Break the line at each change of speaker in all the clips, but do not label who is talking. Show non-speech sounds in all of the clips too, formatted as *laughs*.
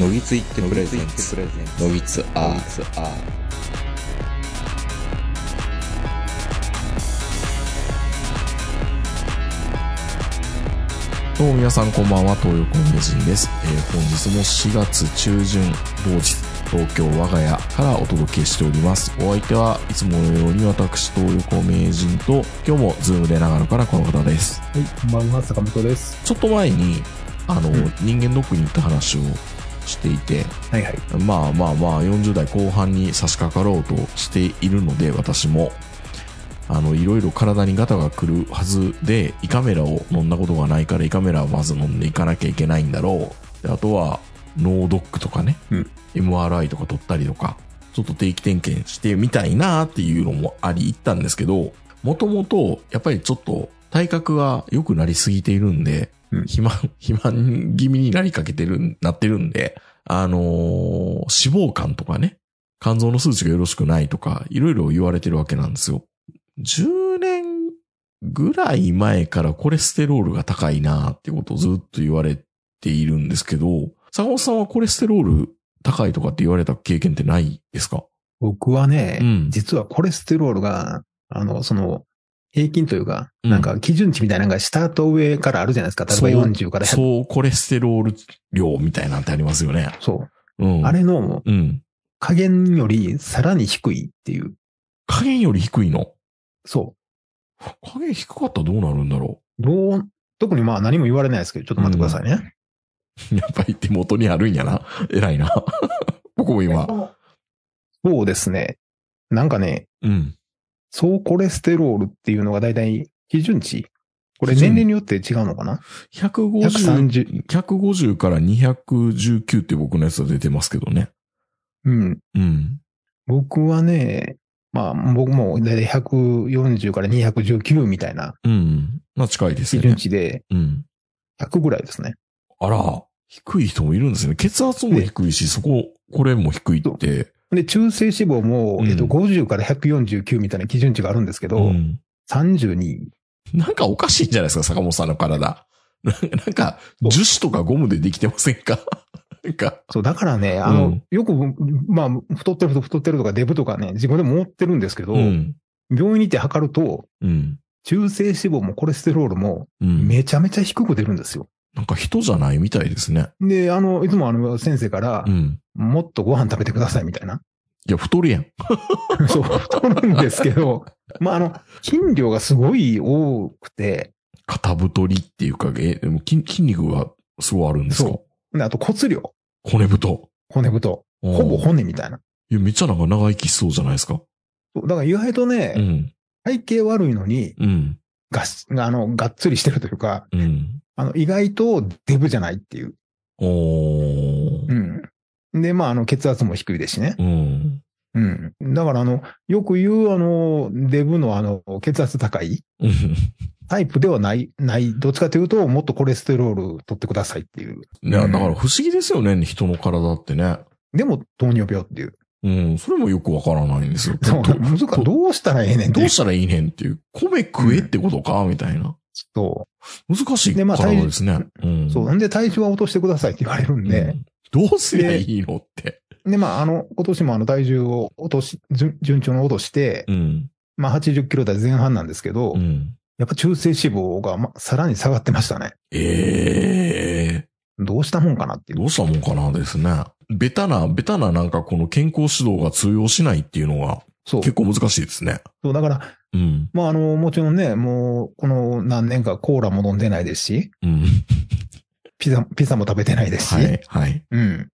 のぎついってプレゼンツ
プレゼン
のぎつアー
ツアー
どうも皆さんこんばんは、東横名人です。えー本日も4月中旬同日、東京我が家からお届けしております。お相手はいつものように私、東横名人と、今日もズームで長野からこの方です。
はい、こんばんは、坂本です。
ちょっと前に、あの、人間ドックに行った話をしていて、
はいはい。
まあまあまあ40代後半に差し掛かろうとしているので私もあのいろいろ体にガタが来るはずで胃カメラを飲んだことがないから胃カメラをまず飲んでいかなきゃいけないんだろうであとは脳ドックとかね、
うん
MRI とか取ったりとかちょっと定期点検してみたいなっていうのもあり行ったんですけどもともとやっぱりちょっと体格が良くなりすぎているんで、
うん
肥満、 *laughs* 肥満気味になりかけてる、なってるんで、あのー脂肪肝とかね、肝臓の数値がよろしくないとか、いろいろ言われてるわけなんですよ。10年ぐらい前からコレステロールが高いなーってことをずっと言われているんですけど、坂本さんはコレステロール高いとかって言われた経験ってないですか
僕はね、
うん
実はコレステロールが、あの、その、平均というか、
うん
なんか基準値みたいなのが下と上からあるじゃないですか。例えば40から100。そう。
そう、コレステロール量みたいなんてありますよね。うん。
あれの
うん。
加減よりさらに低いっていう。
加減より低いの。
そ
加減低かったらどうなるんだろ
う。どう、特にまあ何も言われないですけど、ちょっと待ってくださいね。
う。 *laughs* やっぱり手元にあるんやな。偉いな。 *laughs* 僕も今。
そうですね。なんかね、
うん。
総コレステロールっていうのが大体基準値。これ
基準
年齢によって違うのかな
150、
?130。
150から219って僕のやつは出てますけどね。
うん。
うん。
僕はね、まあ僕も大体140から219みたいな
うん。まあ近いですよ
基準
ね。
値で
うん。
100ぐらいですね。
あら、低い人もいるんですね。血圧も低いし、そこ、これも低いって。
で、中性脂肪も、
うん
えっと、50から149みたいな基準値があるんですけど、
うん
32。
なんかおかしいんじゃないですか、坂本さんの体。 *laughs* ななんか、
そう
樹脂とかゴムでできてませんか *laughs* なんか、
そう、だからね、あの、
うん
よく、まあ、太ってると太ってるとかデブとかね、自分でも思ってるんですけど、
うん。
病院に行って測ると、
うん。
中性脂肪もコレステロールも
うん。
めちゃめちゃ低く出るんですよ。
なんか人じゃないみたいですね。
で、あの、いつもあの、先生から
う、ん。
もっとご飯食べてくださいみたいな。
いや、太るやん。
*laughs* そう、太るんですけど、まあ、あの、筋量がすごい多くて、
肩太りっていうか、え、でも筋筋肉がすごいあるんですか
そであと骨量、
骨太。
骨太、ほぼ
うん
骨みたいな。
いや、めっちゃなんか長生きしそうじゃないですか。
そうだから意外とね、
うん。
体型悪いのに、
うん。
がっ、あの、がっつりしてるというか、
うん。
あの、意外とデブじゃないっていう。
おー。
うん。で、まあ、あの、血圧も低いですしね。
うん。
うん。だから、あの、よく言う、あの、デブの、あの、血圧高い
うん。
タイプではない、ない、どっちかというと、もっとコレステロール取ってくださいっていう。
いや、だから不思議ですよね、人の体ってね。
でも、糖尿病っていう。
うん、それもよくわからないんですよ。
そう、
ど
難しい。
ど
どうしたらええねんって
ど
いうう。
したらいいねんっていう。米食えってことか、みたいな。
そ
難しい
でまあ
体ですね。うん。
う。そう。なんで体重は落としてくださいって言われるんで。
うんどうすりゃいいのって。
で、まあ、あの、今年もあの体重を落とし、順順調に落として
う、ん。
まあ、80キロ台前半なんですけど、
うん。
やっぱ中性脂肪が、まあ、さらに下がってましたね。
ええ
どうしたもんかなっていう
ど。うしたもんかなですね。ベタな、ベタななんかこの健康指導が通用しないっていうのが
そう。
結構難しいですね。
そうだから、
うん。
まあ、あの、もちろんね、もう、この何年かコーラも飲んでないですし、
うん。
ピザ、ピザも食べてないです
*laughs*
し、
はい、はい。
うん。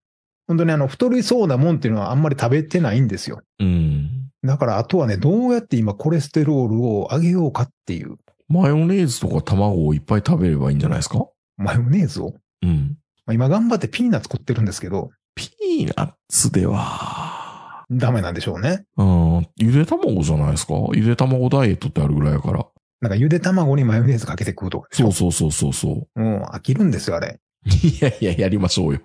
本当にあの、太りそうなもんっていうのはあんまり食べてないんですよ。
うん。
だから、あとはね、どうやって今コレステロールを上げようかっていう、
マヨネーズとか卵をいっぱい食べればいいんじゃないですか
マヨネーズを。
うん。
まあ今頑張ってピーナッツ食ってるんですけど、
ピーナッツでは、
ダメなんでしょうね。
うん、ゆで卵じゃないですかゆで卵ダイエットってあるぐらいやから。
なんかゆで卵にマヨネーズかけて食うとかでし
そ
ょ
うそうそうそうそう。
もう飽きるんですよ、あれ。
いやい *laughs* や、やりましょうよ。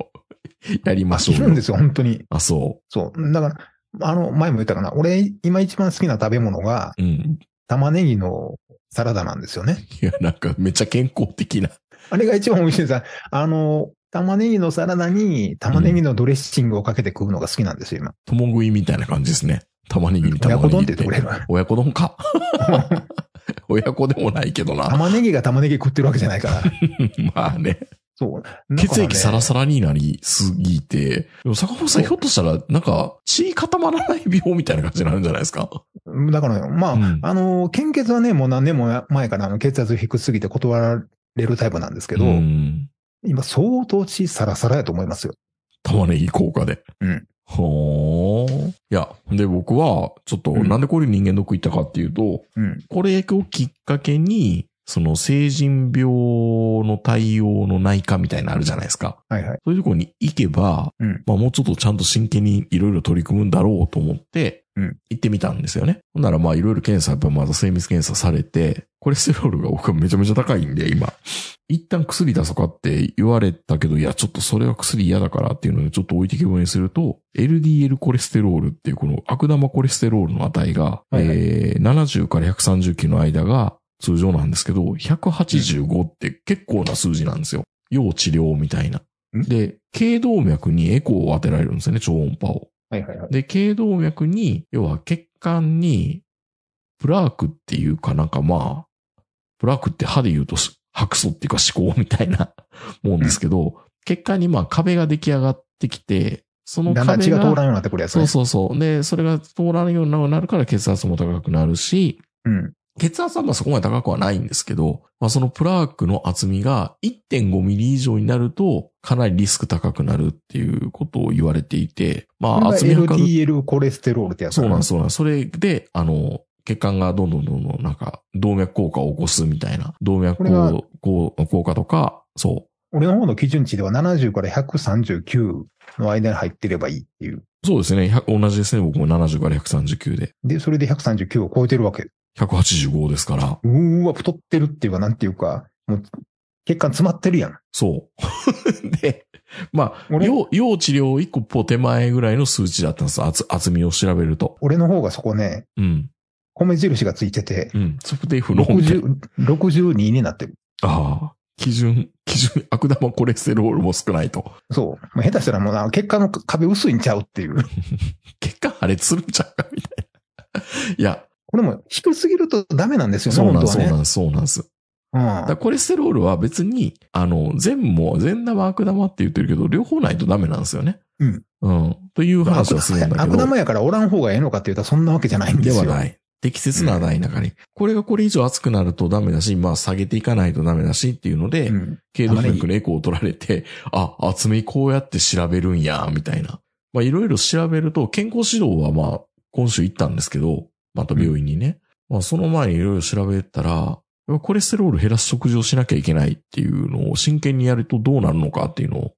やりま
飽
しょ
き
う
るんで
よ。
すよ、本当に。
あ、そ
そう。だから、あの、前も言ったかな。俺、今一番好きな食べ物が、
う。うん。
玉ねぎのサラダなんですよね。
いや、なんかめっちゃ健康的な。
あれが一番美味しいです。あの、玉ねぎのサラダに玉ねぎのドレッシングをかけて食うのが好きなんですよ、今。
共食いみたいな感じですね。玉ねぎに玉
親
ねぎ。
子丼って言ってくれるわ。
親子丼か。
*laughs*
親子でもないけどな。
玉ねぎが玉ねぎ食ってるわけじゃないから。
まあね。
そう。
血液サラサ
ラ。
ラになりすぎて、でも坂本さん
そう
ひょっとしたら、なんか、血固まらない病みたいな感じになるんじゃないですか。
だからね、まあ、
うん
あの、献血はね、もう何年も前からあの血圧低すぎて断られるタイプなんですけど、
うん
今相当血サラサラやと思いますよ。
玉ねぎ効果で。
うん
ほー。いや、で僕は、ちょっと、
うん
なんでこれ人間ドック行ったかっていうと、
うん。
これをきっかけに、その成人病の対応の内科みたいなのあるじゃないですか。
はいはい。
そういうところに行けば、
うん
まあもうちょっとちゃんと真剣にいろいろ取り組むんだろうと思って
うん、
行ってみたんですよね。ほんならまあいろいろ検査、やっぱまだ精密検査されて、コレステロールが僕はめちゃめちゃ高いんで、今。一旦薬出そうかって言われたけど、いや、ちょっとそれは薬嫌だからっていうので、ちょっと置いてけぼりにすると、LDL コレステロールっていうこの悪玉コレステロールの値が、
はいはい
えー70から139の間が通常なんですけど、185って結構な数字なんですよ。要治療みたいな。
ん
で、頸動脈にエコーを当てられるんですよね、超音波を。
はいはいはい。
で、頸動脈に、要は血管に、プラークっていうかなんかまあ、プラークって歯で言うとす白素っていうか思考みたいな *laughs* もんですけど、血管にまあ壁が出来上がってきて、その
だんだん
壁
血が
が
通らんようになってくるやつ、
そ
ね。
うそうそう。で、それが通らないようになるから血圧も高くなるし、
う。うん。
血圧はまあそこまで高くはないんですけど、まあそのプラークの厚みが1.5ミリ以上になると、かなりリスク高くなるっていうことを言われていて、ま
これ
あ
が
厚み測る。
LDL コレステロールってやつだ
そうなんです、そうなんです。それで、あの、血管がどんどんどんどんなんか動脈硬化を起こすみたいな、動脈
これは
硬硬化とか、そ
俺の方の基準値では70から139の間に入ってればいいっていう。
う。そうですね。100同じですね。僕も70から139で。
で、それで139を超えてるわけ。
185ですから。
うーわ、太ってるっていうか、なんていうか、もう、血管詰まってるやん。
そう。 *laughs* で、まあ、
俺
要、要治療1個ポ手前ぐらいの数値だったんです厚厚みを調べると。
俺の方がそこね、
うん。
米印がついてて、
うん。測定不能みたいな。
60 62になってる。
ああ。基準、基準、悪玉コレステロールも少ないと。
そう。まあ下手したらもうな、血管の壁薄いんちゃうっていう。
血管破裂するんちゃうかみたいな。いや、
これも低すぎるとダメなんですよね、
そうなん
本
で
当
す、
は
そうなん
ね。
です、そうなんです。だか
う
らコレステロールは別に、あの、善も、善玉悪玉って言ってるけど、両方ないとダメなんですよね。
うん。。
うん。というん話はするんだけど。
悪玉やからおらん方がええのかって言ったらそんなわけじゃないんです
で
よ。
はない。適切な値の中に。これがこれ以上熱くなるとダメだし、まあ下げていかないとダメだしっていうので
う、ん。
軽動脈のエコーを取られて、あ、厚みこうやって調べるんや、みたいな。まあいろいろ調べると、健康指導はまあ今週行ったんですけど、また病院にね。まあその前にいろいろ調べたら、コレステロール減らす食事をしなきゃいけないっていうのを真剣にやるとどうなるのかっていうのを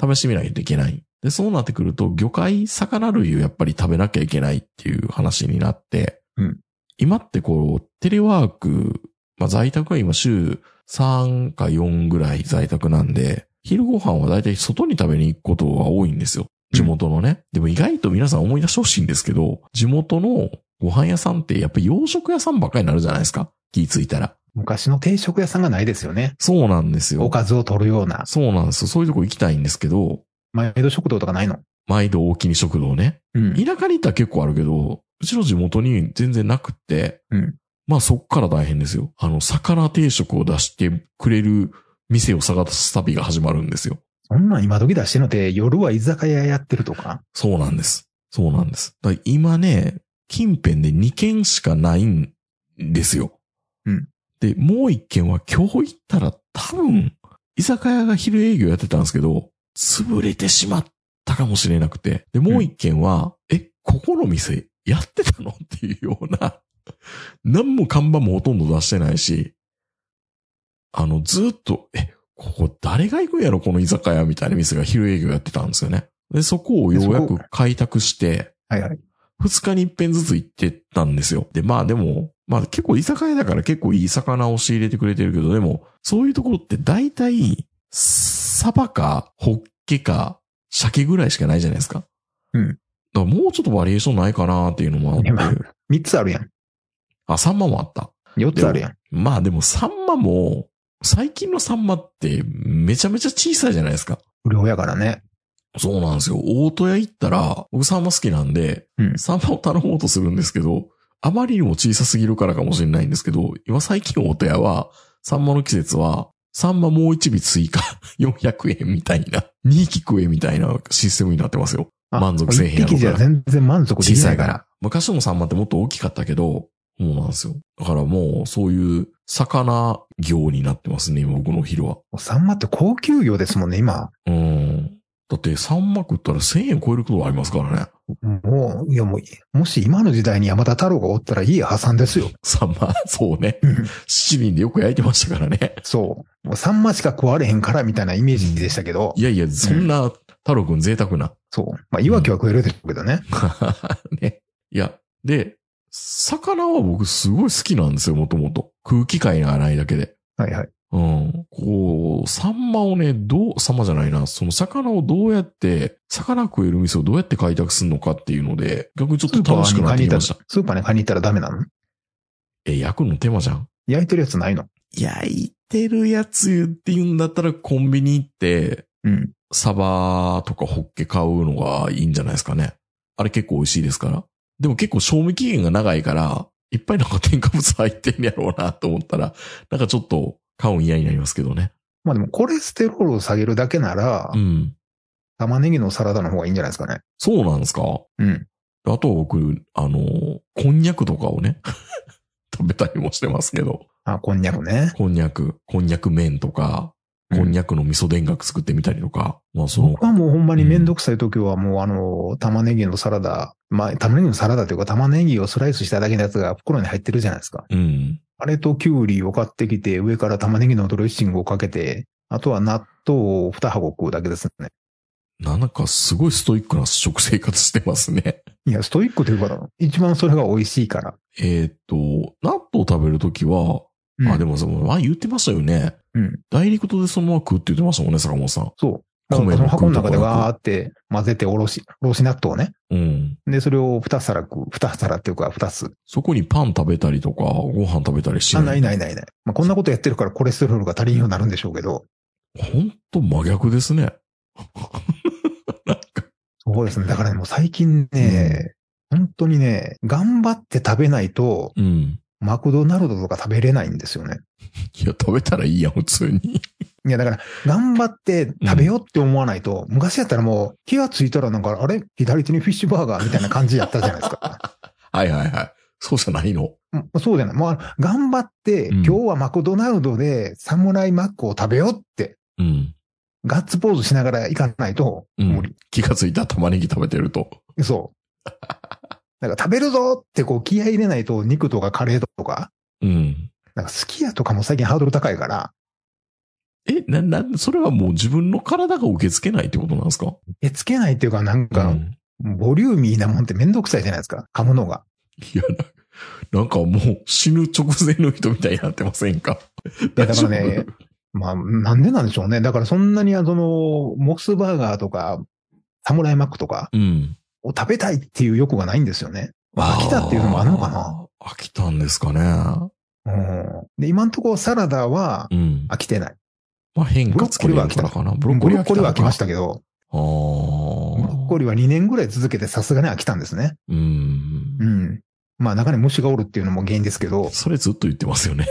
試してみないといけない。で、そうなってくると、魚介、魚類をやっぱり食べなきゃいけないっていう話になって、
うん
今ってこう、テレワーク、まあ在宅は今週3か4ぐらい在宅なんで、昼ご飯は大体外に食べに行くことが多いんですよ。地元のね。でも意外と皆さん思い出してほしいんですけど、地元のご飯屋さんってやっぱ洋食屋さんばっかりになるじゃないですか。気ついたら。
昔の定食屋さんがないですよね。
そうなんですよ
お。かずを取るような。
そうなんですよ。そういうとこ行きたいんですけど、
毎度食堂とかないの。
毎度大きに食堂ね。
うん。
田舎に行ったら結構あるけど、うちの地元に全然なくって、
うん
まあそっから大変ですよ。あの、魚定食を出してくれる店を探す旅が始まるんですよ。
そんなん今時出してるので、夜は居酒屋やってるとか。
そうなんです。そうなんです。だから今ね、近辺で2軒しかないんですよ。
うん
で、もう1軒は今日行ったら多分、居酒屋が昼営業やってたんですけど、潰れてしまったかもしれなくて。で、もう1軒は、え、ここの店やってたのっていうような、何も看板もほとんど出してないし、あの、ずっと、え、ここ誰が行くんやろこの居酒屋みたいな店が昼営業やってたんですよね。で、そこをようやく開拓して、
はいはい。
二日に一遍ずつ行ってたんですよ。で、まあでも、まあ結構居酒屋だから結構いい魚を仕入れてくれてるけど、でも、そういうところって大体、サバか、ホッケか、鮭ぐらいしかないじゃないですか。
うん
だからもうちょっとバリエーションないかなっていうのもあって
いやまあ、三つあるやん。
あ、サンマもあった。
四つあるやん。
まあでもサンマも、最近のサンマってめちゃめちゃ小さいじゃないですか。
不良やからね。
そうなんですよ。大戸屋行ったら、僕サンマ好きなんで、
うん
サンマを頼もうとするんですけど、あまりにも小さすぎるからかもしれないんですけど、今最近大戸屋は、サンマの季節は、サンマもう一尾追加 *laughs* 400円みたいな、2匹食えみたいなシステムになってますよ。
あ
満足せえへんやろ
一
う
匹じ
から
ゃ全然満足で
小
きな
さ
い
いか
から
ら。。昔のサンマってもっと大きかったけど、そうなんですよ。だからもう、そういう魚業になってますね、今僕の昼は。
サンマって高級魚ですもんね、今。
うん。だって、サンマ食ったら1000円超えることがありますからね。
もう、いやもう、もし今の時代に山田太郎がおったら家破産ですよ。
サンマ、そうね。
うん
七輪でよく焼いてましたから *laughs* ね。
そう。もうサンマしか食われへんからみたいなイメージでしたけど、
いやいや、そんな、太郎くん贅沢な。 *laughs*
そう。まあ、いわきは食えるでしょうけどね。
ね。いや、で、魚は僕すごい好きなんですよ、もともと。空気階がないだけで。
はいはい。
うん。こう、サンマをね、どう、サンマじゃないな、その魚をどうやって、魚食える店をどうやって開拓するのかっていうので、逆にちょっと楽しくなってきました。
スーパーに買いに行ったらダメなの
え、焼くの手間じゃん
焼いてるやつないの
焼いてるやつって言うんだったらコンビニ行って、
うん。
サバとかホッケ買うのがいいんじゃないですかね。あれ結構美味しいですから。でも結構賞味期限が長いから、いっぱいなんか添加物入ってんやろうなと思ったら、なんかちょっと買うん嫌になりますけどね。
まあでもコレステロールを下げるだけなら、
うん。
玉ねぎのサラダの方がいいんじゃないですかね。
そうなんですか
うん。
あとは僕、あの、こんにゃくとかをね、 *laughs* 食べたりもしてますけど、
あ、こんにゃくね。
こんにゃく、こんにゃく麺とか、
うん
こんにゃくの味噌田楽作ってみたりとか、まあその
僕、はもうほんまにめんどくさい時はもうあの、玉ねぎのサラダ、まあ玉ねぎのサラダというか玉ねぎをスライスしただけのやつが袋に入ってるじゃないですか。
うん、
あれとキュウリを買ってきて、上から玉ねぎのドレッシングをかけて、あとは納豆を2箱食うだけですね。
なんかすごいストイックな食生活してますね。
いや、ストイックというか、一番それが美味しいから。
えーっと、納豆食べるときは、あ、で
も。
もその、前言ってましたよね。
うん
ダイレクトでそのまま食うって言ってましたもんね、坂本さん。
そう。だから
米
その
の
箱
袋
の
とか
中でガーって混ぜておろし、おろし納豆をね。
うん。
で、それを2皿食う。2皿っていうか2つ。
そこにパン食べたりとか、ご飯食べたりし。
あ、ないないいないない。まあ、こんなことやってるからコレステロールが足りんようになるんでしょうけど。
ほんと真逆ですね。
そうですね。だからね、もう最近ね、本当にね、頑張って食べないと、
うん。
マクドナルドとか食べれないんですよね。
いや、食べたらいいやん、普通に。 *laughs*
いや、だから、頑張って食べようって思わないと、昔やったらもう、気がついたらなんか、あれ左手にフィッシュバーガーみたいな感じやったじゃないですか。
*laughs* はいはいはい。そうじゃないの。
うんそうじゃない。もう、あの頑張って、
うん
今日はマクドナルドでサムライマックを食べようって、
うん。
ガッツポーズしながら行かないと、
うん
無理。
気がついたら玉ねぎ食べてると。
そう。だから食べるぞってこう気合い入れないと肉とかカレーとか、
うん。
なんか好きやとかも最近ハードル高いから、
え、な、な、それはもう自分の体が受け付けないってことなんですか
えつけないっていうかなん
う
か、
ん。
ボリューミーなもんってめんどくさいじゃないですか。噛むのが。
いや、ななんかもう死ぬ直前の人みたいになってませんか
や
大
だか
丈
ら
夫
ねまあ、なんでなんでしょうね。だからそんなにあの、モスバーガーとか、サムライマックとか
うん。
を食べたいっていう欲がないんですよね。飽きたっていうのもあるのかな。
あー飽きたんですかね。
うん、で、今んところサラダは
うん。
飽きてない。
まあ変化つけれるからかな。ブ
ブ
ロ
ロ
ッ
ッ
コ
コ
リ
リ
ー。
ーは飽きましたたけど、
ああ。
ブロッコリーは2年ぐらい続けてさすがに飽きたんですね。
うん
う。ん。まあ中に虫がおるっていうのも原因ですけ
*laughs*。
ど
それずっと言ってますよね。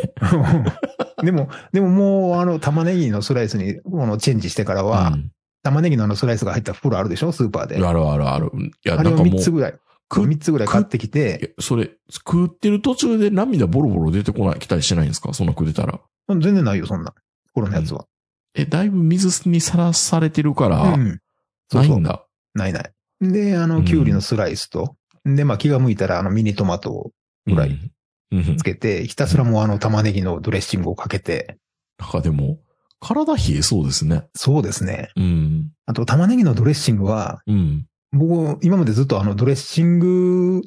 でも、でももうあの玉ねぎのスライスにこのチェンジしてからは、
うん
玉ねぎのあのスライスが入った袋あるでしょスーパーで。
あるあるある。いや、
あ
な
れ
ん
を
かも
3
う
つ、ぐらい、
食っ
3つぐらい買ってきて、
えそれ、食ってる途中で涙ボロボロ出てこない、来たりしないんですかそんな食ってたら。
うん全然ないよ、そんな。袋のやつは。
え、だいぶ水にさらされてるから、
うん。そ
な
う
い。
そうん
だ。
ないない。で、あ
う
の、
ん
キュウリのスライスと、で、まあ気が向いたら、あの、ミニトマトをぐらい
うん。うん。
つけて、ひたすらもうあの、玉ねぎのドレッシングをかけて、
なんかでも、体冷えそうですね。
そうですね。
うん。
あと、玉ねぎのドレッシングは、
うん。
僕、今までずっとあの、ドレッシング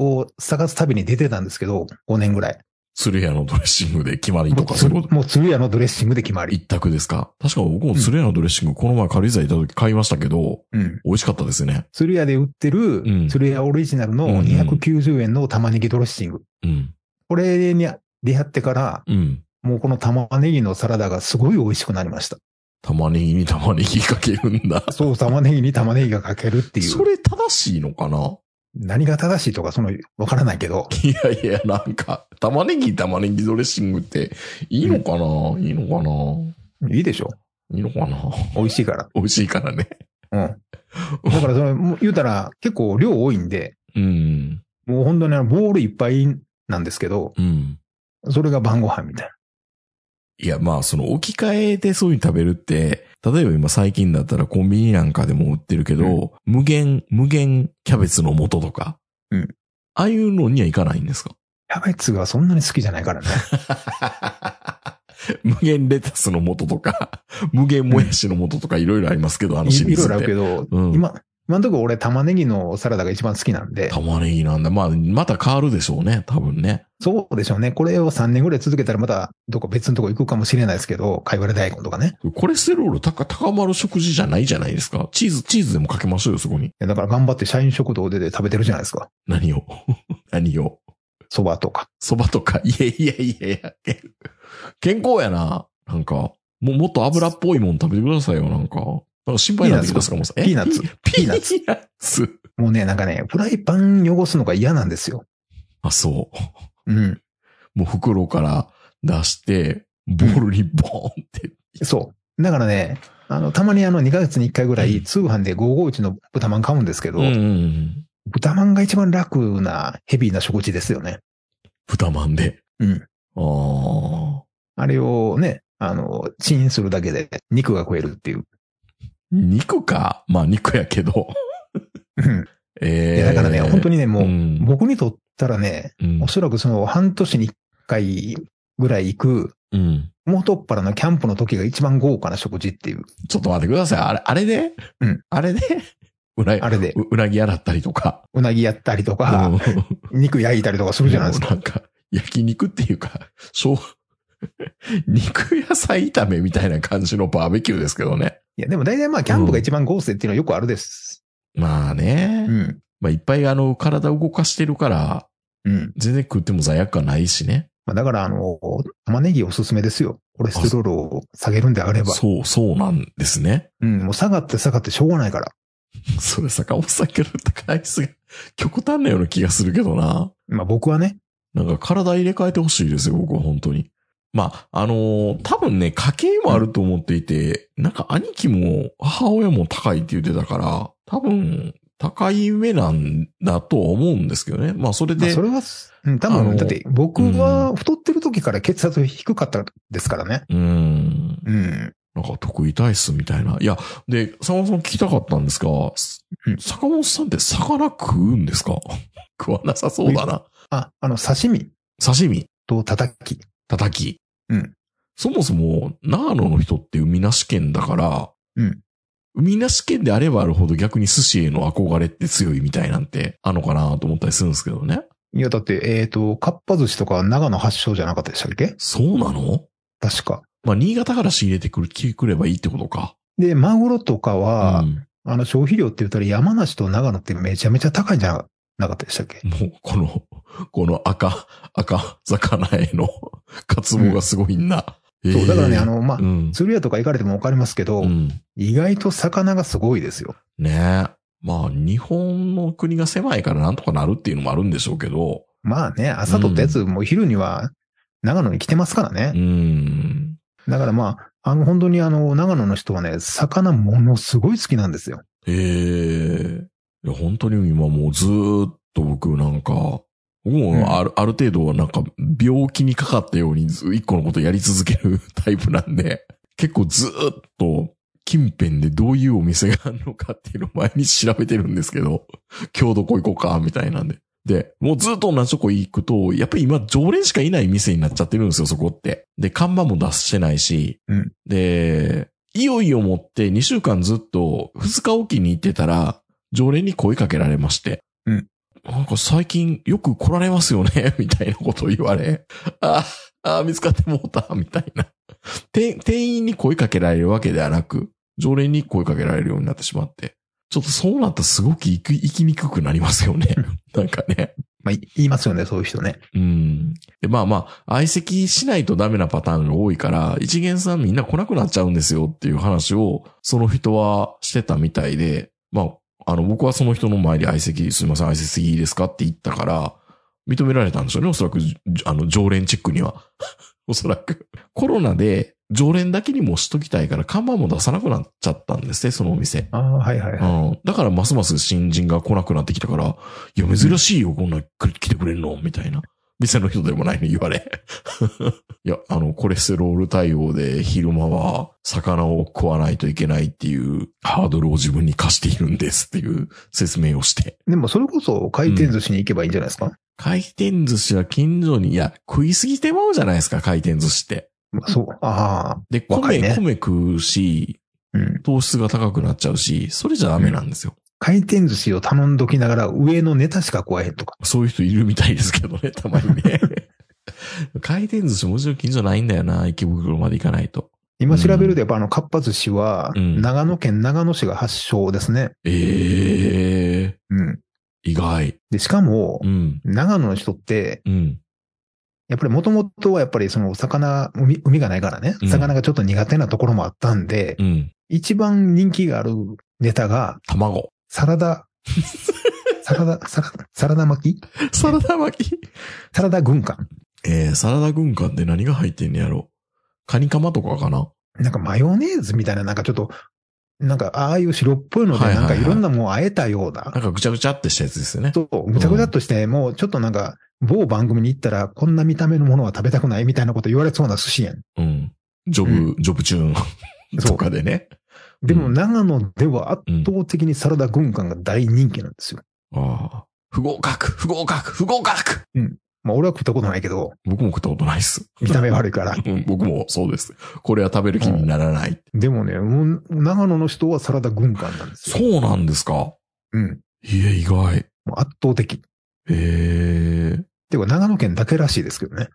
を探す旅に出てたんですけど、5年ぐらい。
鶴屋のドレッシングで決まり
も
と
う
か、
つ
そういうこと。
もう、つるやのドレッシングで決まり。
一択ですか確か僕も鶴屋のドレッシング、この前軽井沢行った時買いましたけど、
うん。
美味しかったですね。
つるやで売って
うん
る、つるやオリジナル
うんう
の
ん
290円の玉ねぎドレッシング。
うん。
これに出会ってから、
うん。
もうこの玉ねぎのサラダがすごい美味しくなりました。
玉ねぎに玉ねぎかけるんだ。
そう、玉ねぎに玉ねぎがかけるってい。
そうれ正しいのかな
何が正しいとか、その、わからないけど、
いやいや、なんか、玉ねぎ、玉ねぎドレッシングって、いいのかな、いいのかない
いでしょ
いいのかな
美味しいから。
美味しいからね。
うん。だからそれ、もう言うたら結構量多いんで、
うん。
もう本当にあのボールいっぱいなんですけど、
うん。
それが晩ご飯みたい
いや、まあ、その置き換えでそういうの食べるって、例えば今最近だったらコンビニなんかでも売ってるけど、無限、無限キャベツの素とか。
うん
ああいうのにはいかないんです
*laughs*
か
な。キャベツがそんなに好きじゃないからね。
無限レタスの素とか、 *laughs* 無限もやしの素とかいろいろありますけど、あのシ
い
リー
いろ
ズ
い
って。
ろあるけど、
うん
今、今のところ俺玉ねぎのサラダが一番好きなんで、
玉ねぎなんだ。まあ、また変わるでしょうね、多分ね。
そうでしょうね。これを3年ぐらい続けたらまたどこ別のとこ行くかもしれないですけど、貝割れ大根とかね。
コレステロール高高まる食事じゃないじゃないですか。チーズ、チーズでもかけましょうよ、そこに。
いやだから頑張って社員食堂で食べてるじゃないですか。
何を。 *laughs* 何を。
蕎麦とか。
そばとか。いやいやいやいや。健康やな。なんか、もうもっと油っぽいもん食べてくださいよ、なんか。なんか心配になってきますかも
ピーナッツ
ピ
ピ
ー
ー
ナッ
ナッ
ツ。
ツ
ピーナッツ。
もうね、なんかね、フライパン汚すのが嫌なんですよ。
あ、そう。
うん。
もう袋から出して、ボールにボーンって。
そう。だからね、あの、たまにあの2ヶ月に1回ぐら
う
い
ん
通販で551の豚まん買うんですけど、
うんうんうん。
豚まんが一番楽なヘビーな食事ですよね。
豚まんで。
うん。
ああ。
あれをね、あの、チンするだけで肉が食えるっていう。
肉か。まあ肉やけど。
うん。
ええ
いやだからね、本当
に
にね、もう、
ん
僕にとったらね、
うん
おそらくその半年に1回ぐらい行く、
うん。
元っ腹のキャンプの時が一番豪華な食事っていう、
ちょっと待ってください。あれ、あれで
うん
あれでうな、
あれで
ううなぎ洗ったりとか。
うなぎやったりと
う
か
ん、
肉焼いたりとかするじゃないです
も
か。
うなんか、焼肉っていうか、そう、肉野菜炒めみたいな感じのバーベキューですけどね。
いや、でも大体まあ、キャンプが一番豪勢っていうのはよくあるです。
まあね。
うん。
まあいっぱいあの、体動かしてるから、
うん。
全然食っても罪悪感ないしね。
まあ、だから、あの、玉ねぎおすすめですよ。コレステロールを下げるんであれば。
そう、そうなんですね。
うん。もう下がって下がってしょうがないから。
それ坂本さんから言った回数が極端なような気がするけどな。
まあ僕はね、
なんか体入れ替えてほしいですよ、僕は本当に。まあ、あのー多分ね、家計もあると思っていて、なんか兄貴も母親も高いって言ってたから、多分、高い目なんだとは思うんですけどね。まあ、それ
まあ
で、
それは、うん、多
あの
分、だって僕は太ってる時から血圧低かったですからね。
うーん、
うん。
なんか得意体質みたいな。いや、で、坂本さん聞きたかったんですが、
うん
坂本さんって魚食うんですか *laughs* 食わなさそうだな。
あ、あの、刺身
刺身、
と叩き。
叩き。
うん。
そもそも、長野の人って海なし県だから、
うん。
海なし県であればあるほど逆に寿司への憧れって強いみたいなんて、あのかなと思ったりするんですけどね。
いや、だって、えっ、と、かっぱ寿司とか長野発祥じゃなかったでしたっけ
そうなの
確か。
まあ、新潟から仕入れてくる、来てくればいいってことか。
で、マグロとかは、
うん
あの、消費量って言ったら山梨と長野ってめちゃめちゃ高いんじゃなかったでしたっけ
もう、この、この赤、赤魚への *laughs* 渇望がすごいんだ。
そう、だからね、あ
の、
の、まあ
う、ん。
鶴屋とか行かれてもわかりますけど、
うん
意外と魚がすごいですよ。
ねえ。まあ、日本の国が狭いからなんとかなるっていうのもあるんでしょうけど、
まあね、朝取ったやつ、もう昼には長野に来てますから
う
ね。
ん。
だからまあ、あの、本当にあの、長野の人はね、魚ものすごい好きなんですよ。
ええいや、本当に今もうずーっと僕なんか、もうある、ある程度なんか病気にかかったようにず一個のことやり続ける *laughs* タイプなんで、結構ずーっと近辺でどういうお店があるのかっていうのを毎日調べてるんですけど、今日どこ行こうか、みたいなんで。で、もうずっと同じとこ行くと、やっぱり今常連しかいない店になっちゃってるんですよ、そこって。で、看板も出してないし、
うん
で、いよいよ持って2週間ずっと2日おきに行ってたら、常連に声かけられまして。
うん
なんか最近よく来られますよね *laughs* みたいなことを言われ。ああ、見つかってもうた、みたいな。店店員に声かけられるわけではなく、常連に声かけられるようになってしまって。ちょっとそうなったらすごく生き
*laughs*
生きにくくなりますよね。なんかね。
まあ、い言いますよね、そういう人ね。
うん。で、まあまあ、相席しないとダメなパターンが多いから、一元さんみんな来なくなっちゃうんですよっていう話を、その人はしてたみたいで、まあ、あの、僕はその人の前で相席、すいません、相席いいですかって言ったから、認められたんでしょうね、おそらく、じあの、常連チックには。 *laughs* おそらく。コロナで、常連だけにもしときたいから、看板も出さなくなっちゃったんですね、そのお店。
ああ、はいはいは
う
い。
ん。だからますます新人が来なくなってきたから、いや、珍しいよ、こんな来来てくれんの、みたいな。店の人でもないのに言われ。 *laughs* いや、あの、コレステロール対応で昼間は魚を食わないといけないっていうハードルを自分に課しているんですっていう説明をして。
でもそれこそ回転寿司に行けばいいんじゃないですか、
回転寿司は近所に、いや、食いすぎてまうじゃないですか、回転寿司って。
まあ、そう。ああ。
で、
若
米、
いね
米食うし、
うん。
糖質が高くなっちゃうし、それじゃダメなんですよ。
回転寿司を頼んどきながら上のネタしか食わへんとか。
そういう人いるみたいですけど *laughs* ね、たまにね。回転寿司もちろん近所ないんだよな、池袋まで行かないと。
今調べるとやっぱあの、かっぱ寿司は、
うん
長野県長野市が発祥ですね。
ええ
うん。
意外。
で、しかも
う、ん、
長野の人って、
うん、
やっぱりもともとはやっぱりその魚、海海がないからね
うん、
魚がちょっと苦手なところもあったんで、
うん。
一番人気があるネタが、
卵。
サラダ、
*laughs*
サラダ、サラダ、サラダ巻き
サラダ巻き。
サラダ軍艦。
*laughs* えー、サラダ軍艦って何が入ってんねやろカニカマとかかな
なんかマヨネーズみたいな、なんかちょっと、なんかああいう白っぽいので、
はいはい
なん
はい
かいろんなもんをあえたような
な、んかぐちゃぐちゃってしたやつですよね。
そう、ぐちゃぐちゃっとして、もうちょっとなんか、某番組に行ったら、こんな見た目のものは食べたくないみたいなこと言われそうな寿司やん。
うん。ジョブ、ジョブチュー *laughs* ン
そう
とかでね。
で
う
も
ん
長野では圧倒的にサラダ軍艦が大人気なんですよ。
ああ。不合格、不合格、不合格
まあ俺は食ったことないけど、
僕も食ったことないっす。
見た目悪い
*laughs*
から。
うん、僕もそうです。これは食べる気にならないって。
でもね、もう長野の人はサラダ軍艦なんですよ。
そうなんですか
うん。
いえ、意外。へ
もう圧倒的。っ
え。
ていうか長野県だけらしいですけどね。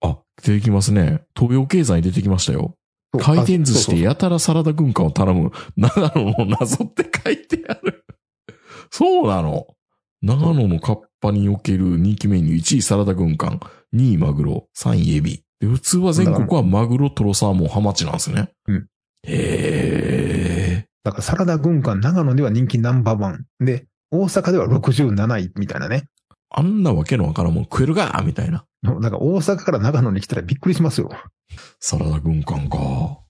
あ、出てきますね。東洋経済に出てきましたよ。
そう
回転寿司
あそうそう
でやたらサラダ軍艦を頼む、長野の謎って書いてある。そうなの。長野のカッパにおける人気メニュー、1位サラダ軍艦、2位マグロ、3位エビ。で、普通は全国はマグロ、トロサーモン、ハマチなんですね。
うん。
へえ。
だからサラダ軍艦長野では人気ナンバーワン。で、大阪では67位みたいなね。
あんなわけのわからんもん食えるかみたいな。
なんか大阪から長野に来たらびっくりしますよ。
サラダ軍艦か。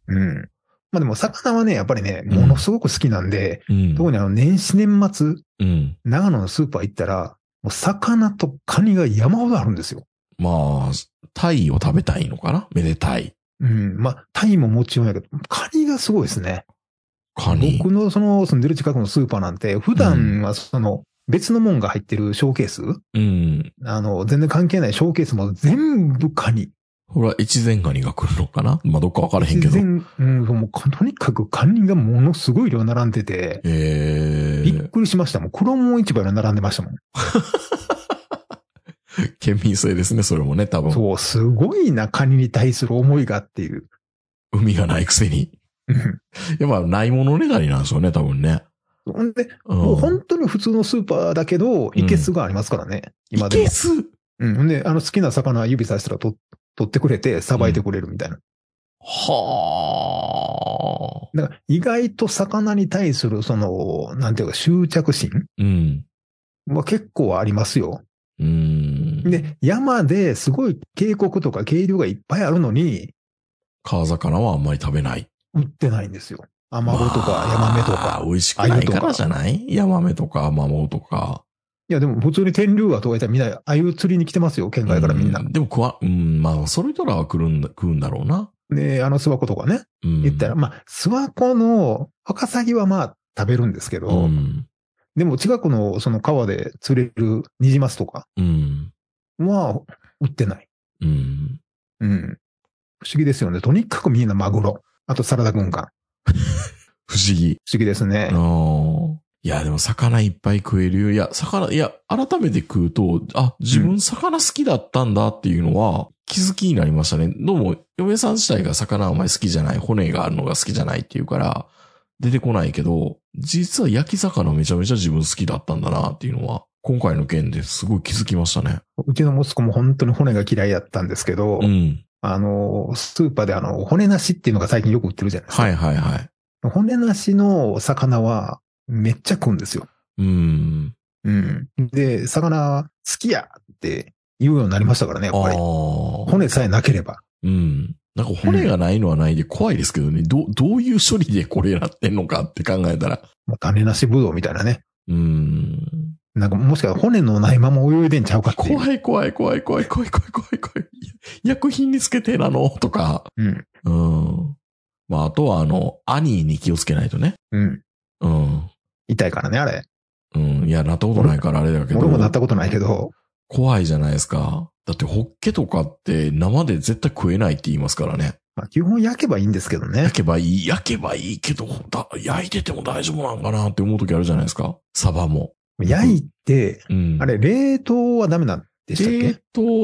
うん。まあでも魚はね、やっぱりね、ものすごく好きなんで、
うん。
特にあの年始年末、
うん。
長野のスーパー行ったら、もう魚とカニが山ほどあるんですよ。
まあ、タイを食べたいのかなめでたい。
うん。まあ、タイももちろんやけど、カニがすごいですね。
カニ。
僕のその住んでる近くのスーパーなんて、普段はその別のもんが入ってるショーケース、
うん。
あの、全然関係ないショーケースも全部カニ。
ほら、越前ガニが来るのかなまあ、どっかわからへんけ
全
ど。へ
然、うん、もうとにかくカニがものすごい量並んでて、
え
びっくりしましたもん。黒門市場に並んでましたもん。
県民性ですね、それもね、多分。
そう、すごいな、カニに対する思いがっていう。
海がないくせに。
うん
いや、まあ、ないものねだりなんでしょうね、多分ね。
ほんで、
うん。
もう本当に普通のスーパーだけど、
ん
いけすがありますからね、今
い
でも
け。す
うん。ほんで、あの好きな魚指さしたらと取ってくれて、さばいてくれるみたいな。
はあ。
だから意外と魚に対する、その、なんていうか執着心
うん。
は結構ありますよ。
うん。
で、山ですごい渓谷とか渓流がいっぱいあるのに、
川魚はあんまり食べない。
売ってないんですよ。アマゴとかヤマメと
まあ
か。
美味しくないか
鮎と
ら
か
じゃないヤマメとかアマモとか。
いや、でも普通に天竜川とかいったらみんな、ああいう釣りに来てますよ、県外からみんな
う。でも食わ、うん、まあ、それとらは来るんだ、食うんだろうな。
で、あの諏訪湖とかね、
うん。
言ったら、まあ、諏訪湖のワカサギはまあ、食べるんですけど、
うん。
でも近くのその川で釣れるニジマスとか
うん。
は売ってない。
うん。
うん。不思議ですよね。とにかくみんなマグロ。あとサラダ軍艦。
不思議。
不思議ですね
あ。ーいや、でも魚いっぱい食えるよ。いや、魚、いや、改めて食うと、あ、自分魚好きだったんだっていうのは気づきになりましたね。どうも、嫁さん自体が魚あんまり好きじゃない、骨があるのが好きじゃないっていうから、出てこないけど、実は焼き魚めちゃめちゃ自分好きだったんだなっていうのは、今回の件ですごい気づきましたね。
うちの息子も本当に骨が嫌いやったんですけど、
うん。
あの、スーパーであの、骨なしっていうのが最近よく売ってるじゃないですか。
はいはいはい。
骨なしの魚はめっちゃ食うんですよ。
うん。
うん。で、魚好きやって言うようになりましたからね、やっぱり。
ああ。
骨さえなければ。
うん。なんか骨がないのはないで怖いですけどね。どう、どういう処理でこれやってんのかって考えたら。
もう種なしブドウみたいなね。
うん。
なんかもしかしたら骨のないまま泳いでんちゃうかっていう。
怖い怖い怖い怖い怖い怖い怖い怖い。薬品につけてなのとか。
うん。
うん。まあ、あとはあの、アニーに気をつけないとね。
うん。
うん。
痛いからね、あれ。
うん。いや、なったことないからあれだけど。
俺もなったことないけど、
怖いじゃないですか。だって、ホッケとかって生で絶対食えないって言いますからね。
まあ、基本焼けばいいんですけどね
焼。けばいい、焼けばいいけど、だ焼いてても大丈夫なんかなって思う時あるじゃないですか。サバも。
焼いて、
うん。
あれ、冷凍はダメなんでしたっけ
冷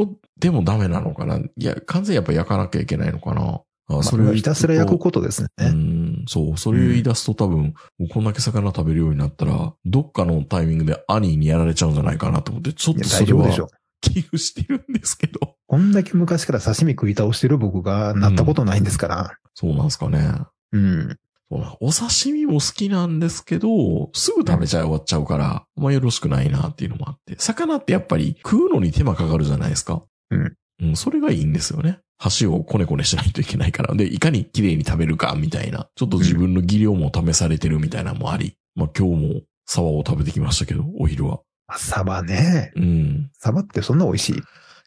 凍でもダメなのかないや、完全にやっぱ焼かなきゃいけないのかなあ
それ
を
をひたすら焼く
と。
ことですね。
うん、そう。それを言い出すと多分、もうこんだけ魚食べるようになったら、どっかのタイミングでアニーにやられちゃうんじゃないかなと思って、ちょっ
いや
と
大
それ
丈夫
は
でしょ。
危惧してるんですけど。
こんだけ昔から刺身食い倒してる僕がなったことないんですから。
そうなんですかね。
うん。
そうなんお刺身も好きなんですけど、すぐ食べちゃい終わっちゃうから、あんまよろしくないなっていうのもあって。魚ってやっぱり食うのに手間かかるじゃないですか。
うん。
うん、それがいいんですよね。箸をコネコネしないといけないから。で、いかに綺麗に食べるか、みたいな。ちょっと自分の技量も試されてるみたいなのもあり。まあ今日もサバを食べてきましたけど、お昼は。
あサバね。
うん。
サバってそんな美味しい。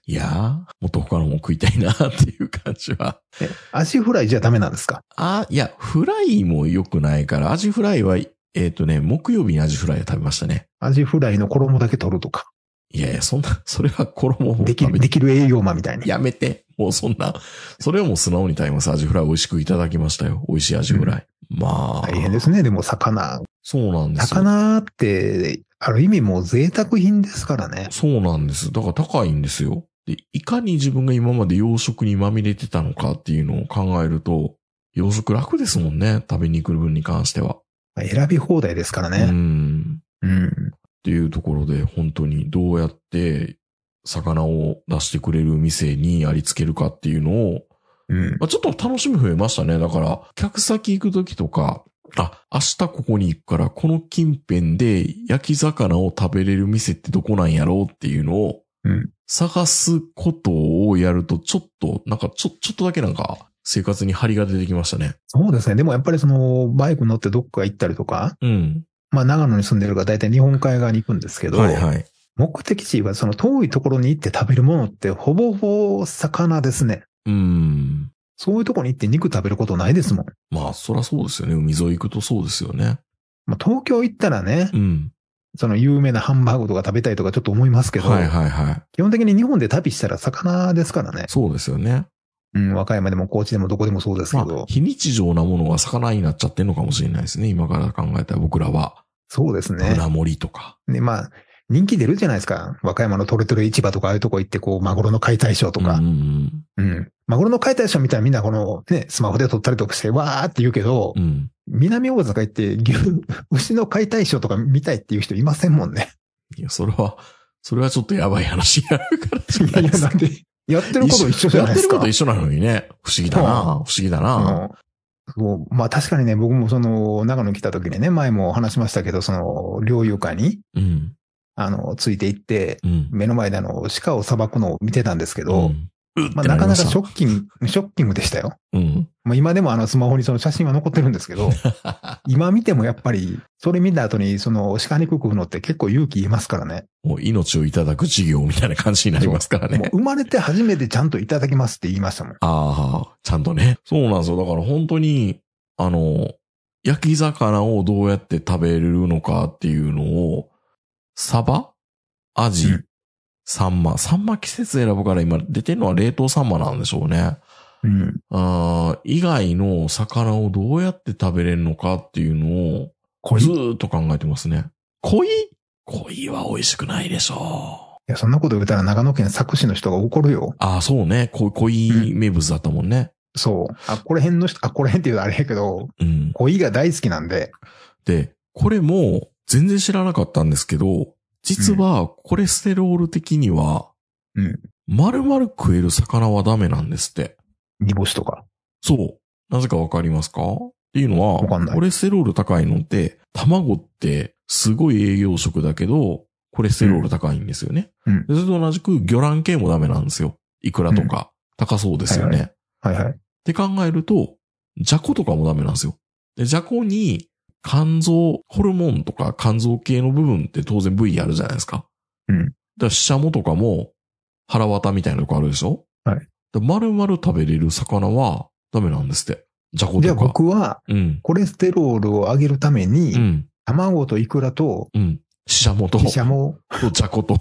いやー、もっと他のも食いたいなっていう感じは。
えアジフライじゃダメなんですか
あ、いや、フライも良くないから、アジフライは、えっ、とね、木曜日にアジフライを食べましたね。
アジフライの衣だけ取るとか。
いやいや、そんな、 *laughs* それは衣を
できる、できる栄養マンみたいに。
やめて。もうそんな、それはもう素直に食べます。アジフライ美味しくいただきましたよ。美味しいアジフライ。まあ。
大変ですね。でも魚。
そうなんですよ。
魚って、ある意味もう贅沢品ですからね。
そうなんです。だから高いんですよ。で、いかに自分が今まで養殖にまみれてたのかっていうのを考えると、養殖楽ですもんね。食べに来る分に関しては。
選び放題ですから
う
ね。
ん。
うん。
っていうところで、本当にどうやって魚を出してくれる店にありつけるかっていうのを、
うん。
まあ、ちょっと楽しみ増えましたね。だから、客先行く時とか、あ、明日ここに行くから、この近辺で焼き魚を食べれる店ってどこなんやろうっていうのを
うん、
探すことをやると、ちょっと、なんか、ちょ、ちょっとだけなんか、生活に張りが出てきましたね。
そうですね。でもやっぱりその、バイク乗ってどっか行ったりとか、
うん。
まあ長野に住んでるから大体日本海側に行くんですけど、
はい。
目的地はその遠いところに行って食べるものってほぼほぼ魚ですね。
うん。
そういうところに行って肉食べることないですもん。
まあ、そらそうですよね。海沿い行くとそうですよね。
まあ、東京行ったらね、
うん。
その有名なハンバーグとか食べたいとかちょっと思いますけど、
はいはいはい。
基本的に日本で旅したら魚ですからね。
そうですよね。
うん、和歌山でも高知でもどこでもそうですけ
ま
ど、
あ、非日常なものが魚になっちゃってんのかもしれないですね。今から考えたら僕らは。
そうですね。
船盛りとか。
で、まあ、人気出るじゃないですか。和歌山のトレトレ市場とかああいうとこ行って、こう、マグロの解体ショーとか
うん。うん
うん。マグロの解体ショーみたいなみんなこのね、スマホで撮ったりとかして、わーって言うけど、
うん、うん。
南大阪行って牛、牛の解体ショーとか見たいっていう人いませんもんね。
いや、それは、それはちょっとやばい話やるからじゃない
いやいや、
です
な
か
ん。で、やってること一緒じゃない
や
で
って
す
る
か。
こと一緒なのにね。不思議だな。不思議だな。
うんそうまあ確かにね、僕もその、長野来た時にね、前も話しましたけど、その、猟友会に、
うん。
あの、ついて行って、
うん。
目の前であの、鹿を裁くのを見てたんですけ
う
ど、
んうって
まあなかなかショ
ック。
ッキング、ショッキングでしたよ。
うん。
まあ今でもあのスマホにその写真は残ってるんです
*laughs*
けど、今見てもやっぱり、それ見た後に、その、鹿肉食うのって結構勇気いりますからね。
もう命をいただく事業みたいな感じになりますから
もう
ね。
生まれて初めてちゃんといただきますって言いましたもん。
ああ、ちゃんとね。そうなんですよ。だから本当に、あの、焼き魚をどうやって食べれるのかっていうのを、サバアジ、
うん
サンマ。サンマ季節選ぶから今出てるのは冷凍サンマなんでしょうね。
うん。
あー以外の魚をどうやって食べれるのかっていうのを、
い
ずーっと考えてますね。鯉鯉は美味しくないでしょう。
いや、そんなこと言ったら長野県佐久市の人が怒るよ。
ああ、そうね。こ鯉名物だったもんね。
そう。あ、これ辺の人、あ、これ辺っていうのあれやけど、
うん。
恋が大好きなんで、
で、これも全然知らなかったんですけど、実はコレステロール的には
うん、
丸々食える魚はダメなんですって。
煮干しとか。
そう。なぜかわかりますかっていうの
わかん
は、
ない
コレステロール高いのって、卵ってすごい栄養食だけど、コレステロール高いんですよね。
うん
でそれと同じく魚卵系もダメなんですよ。イクラとか、高そうですよね。
はいはいはい。
って考えると、ジャコとかもダメなんですよ。で、ジャコに肝臓、ホルモンとか肝臓系の部分って当然部位あるじゃないですか。
うん
だから、シシャモとかも腹綿みたいなとこあるでしょ
はい
い。丸々食べれる魚はダメなんですって。ジャコとか。
じゃあ僕は、
うん。
コレステロールを上げるために、
うん。
卵とイクラと、
うん。シシャモと、
シシャモ
とジャコと、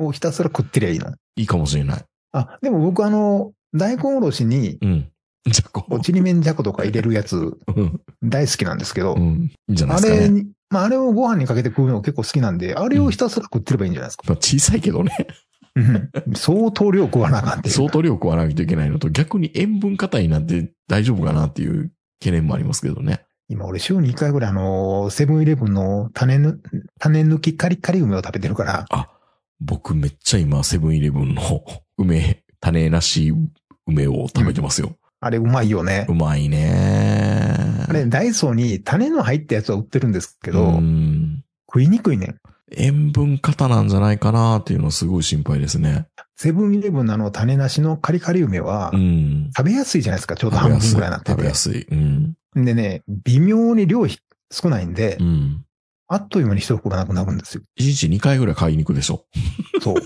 をひたすら食ってりゃいいの。
いいかもしれない。
あ、でも僕あの、大根おろしに、
うん。ジャコ。
ちりめんじゃことか入れるやつ、
うん。
大好きなんですけど、
うん。いいんじゃない
あ
ですか
れ
ね。
に、まあ、あれをご飯にかけて食うの結構好きなんで、あれをひたすら食ってればいいんじ
*laughs*
ゃないですか。
まあ、小さいけどね。
うん相当量食わなあかんっていう。
相当量食わないといけないのと、逆に塩分過多になって大丈夫かなっていう懸念もありますけどね。
今俺週に1回ぐらいあの、セブンイレブンの種ぬ、種抜きカリカリ梅を食べてるから、
あ、僕めっちゃ今、セブンイレブンの *laughs* 梅、種なし梅を食べてますよ。
あれうまいよね
う。まいね
あれダイソーに種の入ったやつは売ってるんです
け
けど、
うん、
食いにくいねん。
塩分過多なんじゃないかなっていうのはすごい心配ですね。
セブンイレブンのあの種なしのカリカリ梅は
う、ん。
食べやすいじゃないですか。ちょうど
食べ
半
やす
分
い。
ぐらいになって
食べ
て
や。すい。うん。
でね、微妙に量ひ少ないんで
う、ん。
あっという間に一袋なくなるんですよ。
1日2回ぐらい買いに行くでしょ。 *laughs*
そう。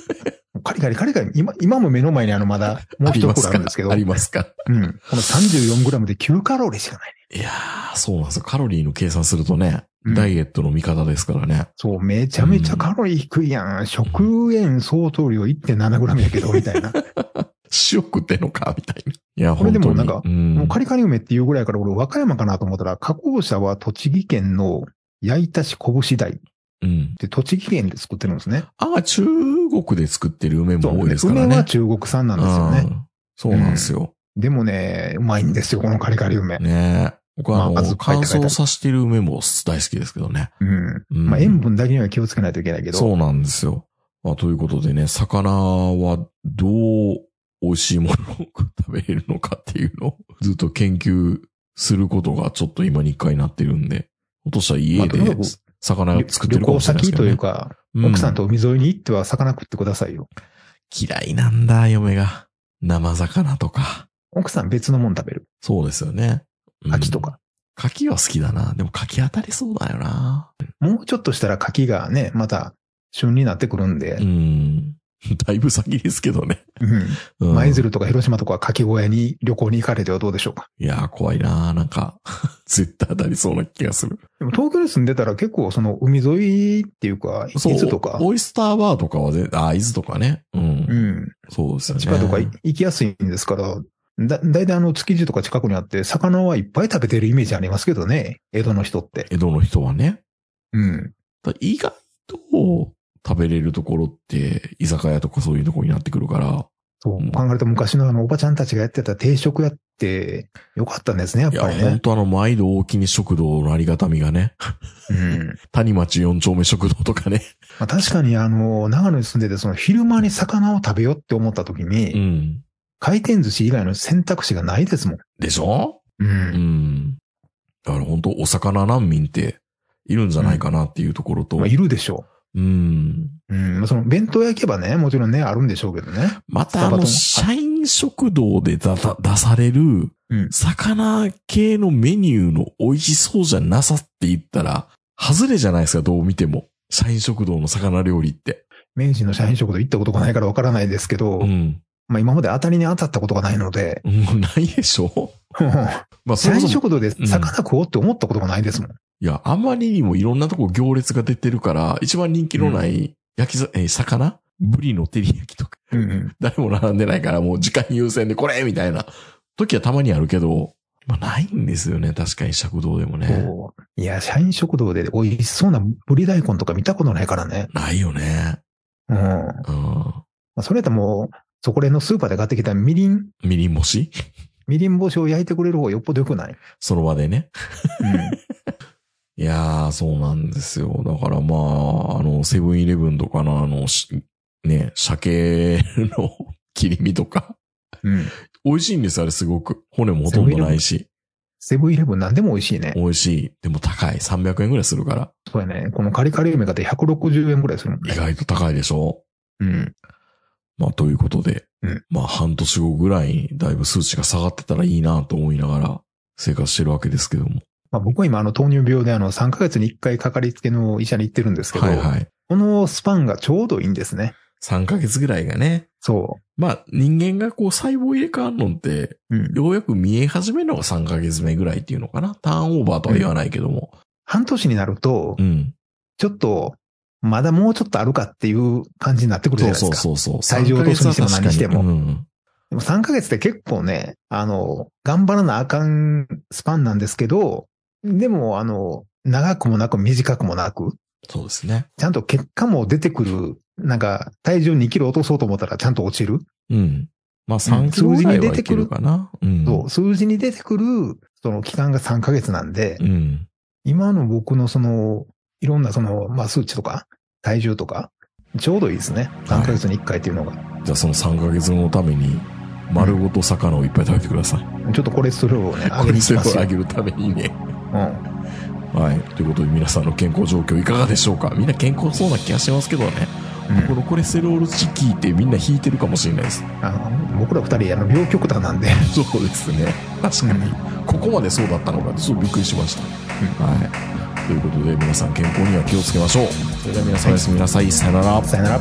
カリカリカリカリ、今、今も目の前にあのまだ、もう
あり
一
ます
袋あ
か
るんですけど、
ありますか
うん。この34グラムで9カロリーしかない。
いやー、そうなんですよ。カロリーの計算するとね、
うん
ダイエットの味方ですからね。
そう、めちゃめちゃカロリー低いやん。食塩相当量1.7グラムやけど、みたいな。
塩食ってんのかみたいな。いや、
これでも
本当に
なんか
うん
もうカリカリ梅っていうぐらいから俺和歌山かなと思ったら、加工者は栃木県の焼いたし拳台っ
うん。
て栃木県で作ってるんですね。
ああ、中国で作ってる梅
そう
も多いですからね。
梅は中国産なんですよね。
うんそうなんですよ。
でもね、うまいんですよ、このカリカリ梅。
ねえ。僕はあの、
まあまず書
乾
いて書いてある
燥させてる梅も大好きですけどね。
うん。
うん
まあ塩分だけには気をつけないといけないけど。
そうなんですよ。まあ、ということでね、魚はどう美味しいものを食べれるのかっていうのを *laughs* ずっと研究することがちょっと今日課になってるんで、今年は
ま
家
あ
で
とにかく
魚を作って
旅
るかも
行
しれないです
先
けど、
と
ね。
いうか、
う
奥さんと海沿いに行っては魚食ってくださいよ。
嫌いなんだ、嫁が。生魚とか。
奥さん別のもん食べる。
そうですよね。うん
牡蠣と。か。
牡蠣は好きだな。でも牡蠣当たりそうだよな。
もうちょっとしたら牡蠣がね、また旬になってくるんで
う、ん。 *laughs* だいぶ先ですけどね。
うん。
うん
舞、鶴とか広島とか牡蠣小屋に旅行に行かれてはどうでしょうか。
いやー、怖いな。なんか、 *laughs* 絶対当たりそうな気がする。
でも東京に住んでたら結構その海沿いっていうか、伊
そう。
豆とか、
オイスターバーとかはぜ、あ、伊豆とかね。うん。
うん。
そうですよね。
千葉とかい行きやすいんですから、だ、だいたいあの築地とか近くにあって、魚はいっぱい食べてるイメージありますけどね、江戸の人って。
江戸の人はね。
うん。
だ意外と食べれるところって、居酒屋とかそういうところになってくるから。
そう考えると昔のあのおばちゃんたちがやってた定食やってよかったんですね、やっ
いや、
ぱり
本
ね。
当あの、毎度大きに食堂のありがたみがね。
うん。
谷町四丁目食堂とかね。
まあ、確かにあの、長野に住んでて、その昼間に魚を食べようって思った時に、
うん。
回転寿司以外の選択肢がないですもん。
でしょ
う。
うんん。だから本当お魚難民っているんじゃないかなっていうところと。
まあ、いるでしょ
うん。
う。うん。その弁当焼けばね、もちろんね、あるんでしょうけどね。
ま
ス
た
タ
あ
バと
の、
も
社員食堂でだだ出される
うん、
魚系のメニューの美味しそうじゃなさって言ったら、外れじゃないですか、どう見ても。社員食堂の魚料理って。
明治の社員食堂行ったことがないからわからないですけど、
うん。
まあ今まで当たりに当たったことがない
*laughs*
ので、
うんないでしょまあ、そ
社
も
員
そも、
食堂で魚食おうって思ったことがないですもん。
いや、あまりにもいろんなとこ行列が出てるから、一番人気のない焼きざ、えー魚ブリの照り焼きとか。 *laughs*
うんうん。
誰も並んでないからもう時間優先でこれみたいな時はたまにあるけど、まあないんですよね。確かに食堂でもね。
そういや、社員食堂で美味しそうなぶり大根とか見たことないからね。
ないよね。
うん。ま
うん。
あ、それともう、そこら辺のスーパーで買ってきたみりん、
みりん干し *laughs*
みりん干しを焼いてくれる方がよっぽど良くない
その場でね。
うん
いやー、そうなんですよ。だからまあ、あの、の、セブンイレブンとかのあの、しね、鮭の切り身とか。
うん。
美味しいんです、あれすごく。骨もほとんどないし。
セブンイレブンなんでも美味しいね。
美味しい。でも高い。300円ぐらいするから。
そうやね。このカリカリ梅だって160円ぐらいするもん
意
ね。
外と高いでしょ
うん。
まあ、ということで。
うん
まあ、半年後ぐらいにだいぶ数値が下がってたらいいなと思いながら生活してるわけですけども。
まあ、僕は今あの糖尿病であの3ヶ月に1回かかりつけの医者に行ってるんですけど、
はいはい。
このスパンがちょうどいいんですね。
3ヶ月ぐらいがね。
そ
まあ、人間がこう細胞入れ替わるのって、
う。うん。
ようやく見え始めるのが3ヶ月目ぐらいっていうのかな。ターンオーバーとは言わないけども。
半年になると
う、ん。
ちょっと、まだもうちょっとあるかっていう感じになってくるじゃ
そう
ないです
そう
か。
そうそう。
体重落とすにしても
3ヶ月は確かにう
何
んうん
でも3ヶ月って結構ね、あの、頑張らなあかんスパンなんですけど、でもあの、長くもなく短くもなく、
そうですね。
ちゃんと結果も出てくる、なんか体重2キロ落とそうと思ったらちゃんと落ちる。
うん。まあ
う
3
ん
キロぐらいはい
数字に出て
け
く
る
る
かな。うん。
そう、数字に出てくる、その期間が3ヶ月なんで、
うん。
今の僕のその、いろんなその、まあ数値とか、体重とか、ちょうどいいですね。3ヶ月に1回っていうのが。
じゃあその3ヶ月のために、丸ごと魚をいっぱい食べてください。
ちょっとコレステロールをね、上
こ
げ
れ以
ていき
上
ますよ
上。げるためにね。
うん。
はい。ということで皆さんの健康状況いかがでしょうかみんな健康そうな気がしますけどね。このコレステロール値聞いてみんな引いてるかもしれないです。
あの僕ら二人、あの、両極端なんで、
そうですね。確かに。ここまでそうだったのかってちょっとびっくりしました。はい。ということで皆さん健康には気をつけましょう。それでは皆さんおやすみなさい。さよなら。
さよなら。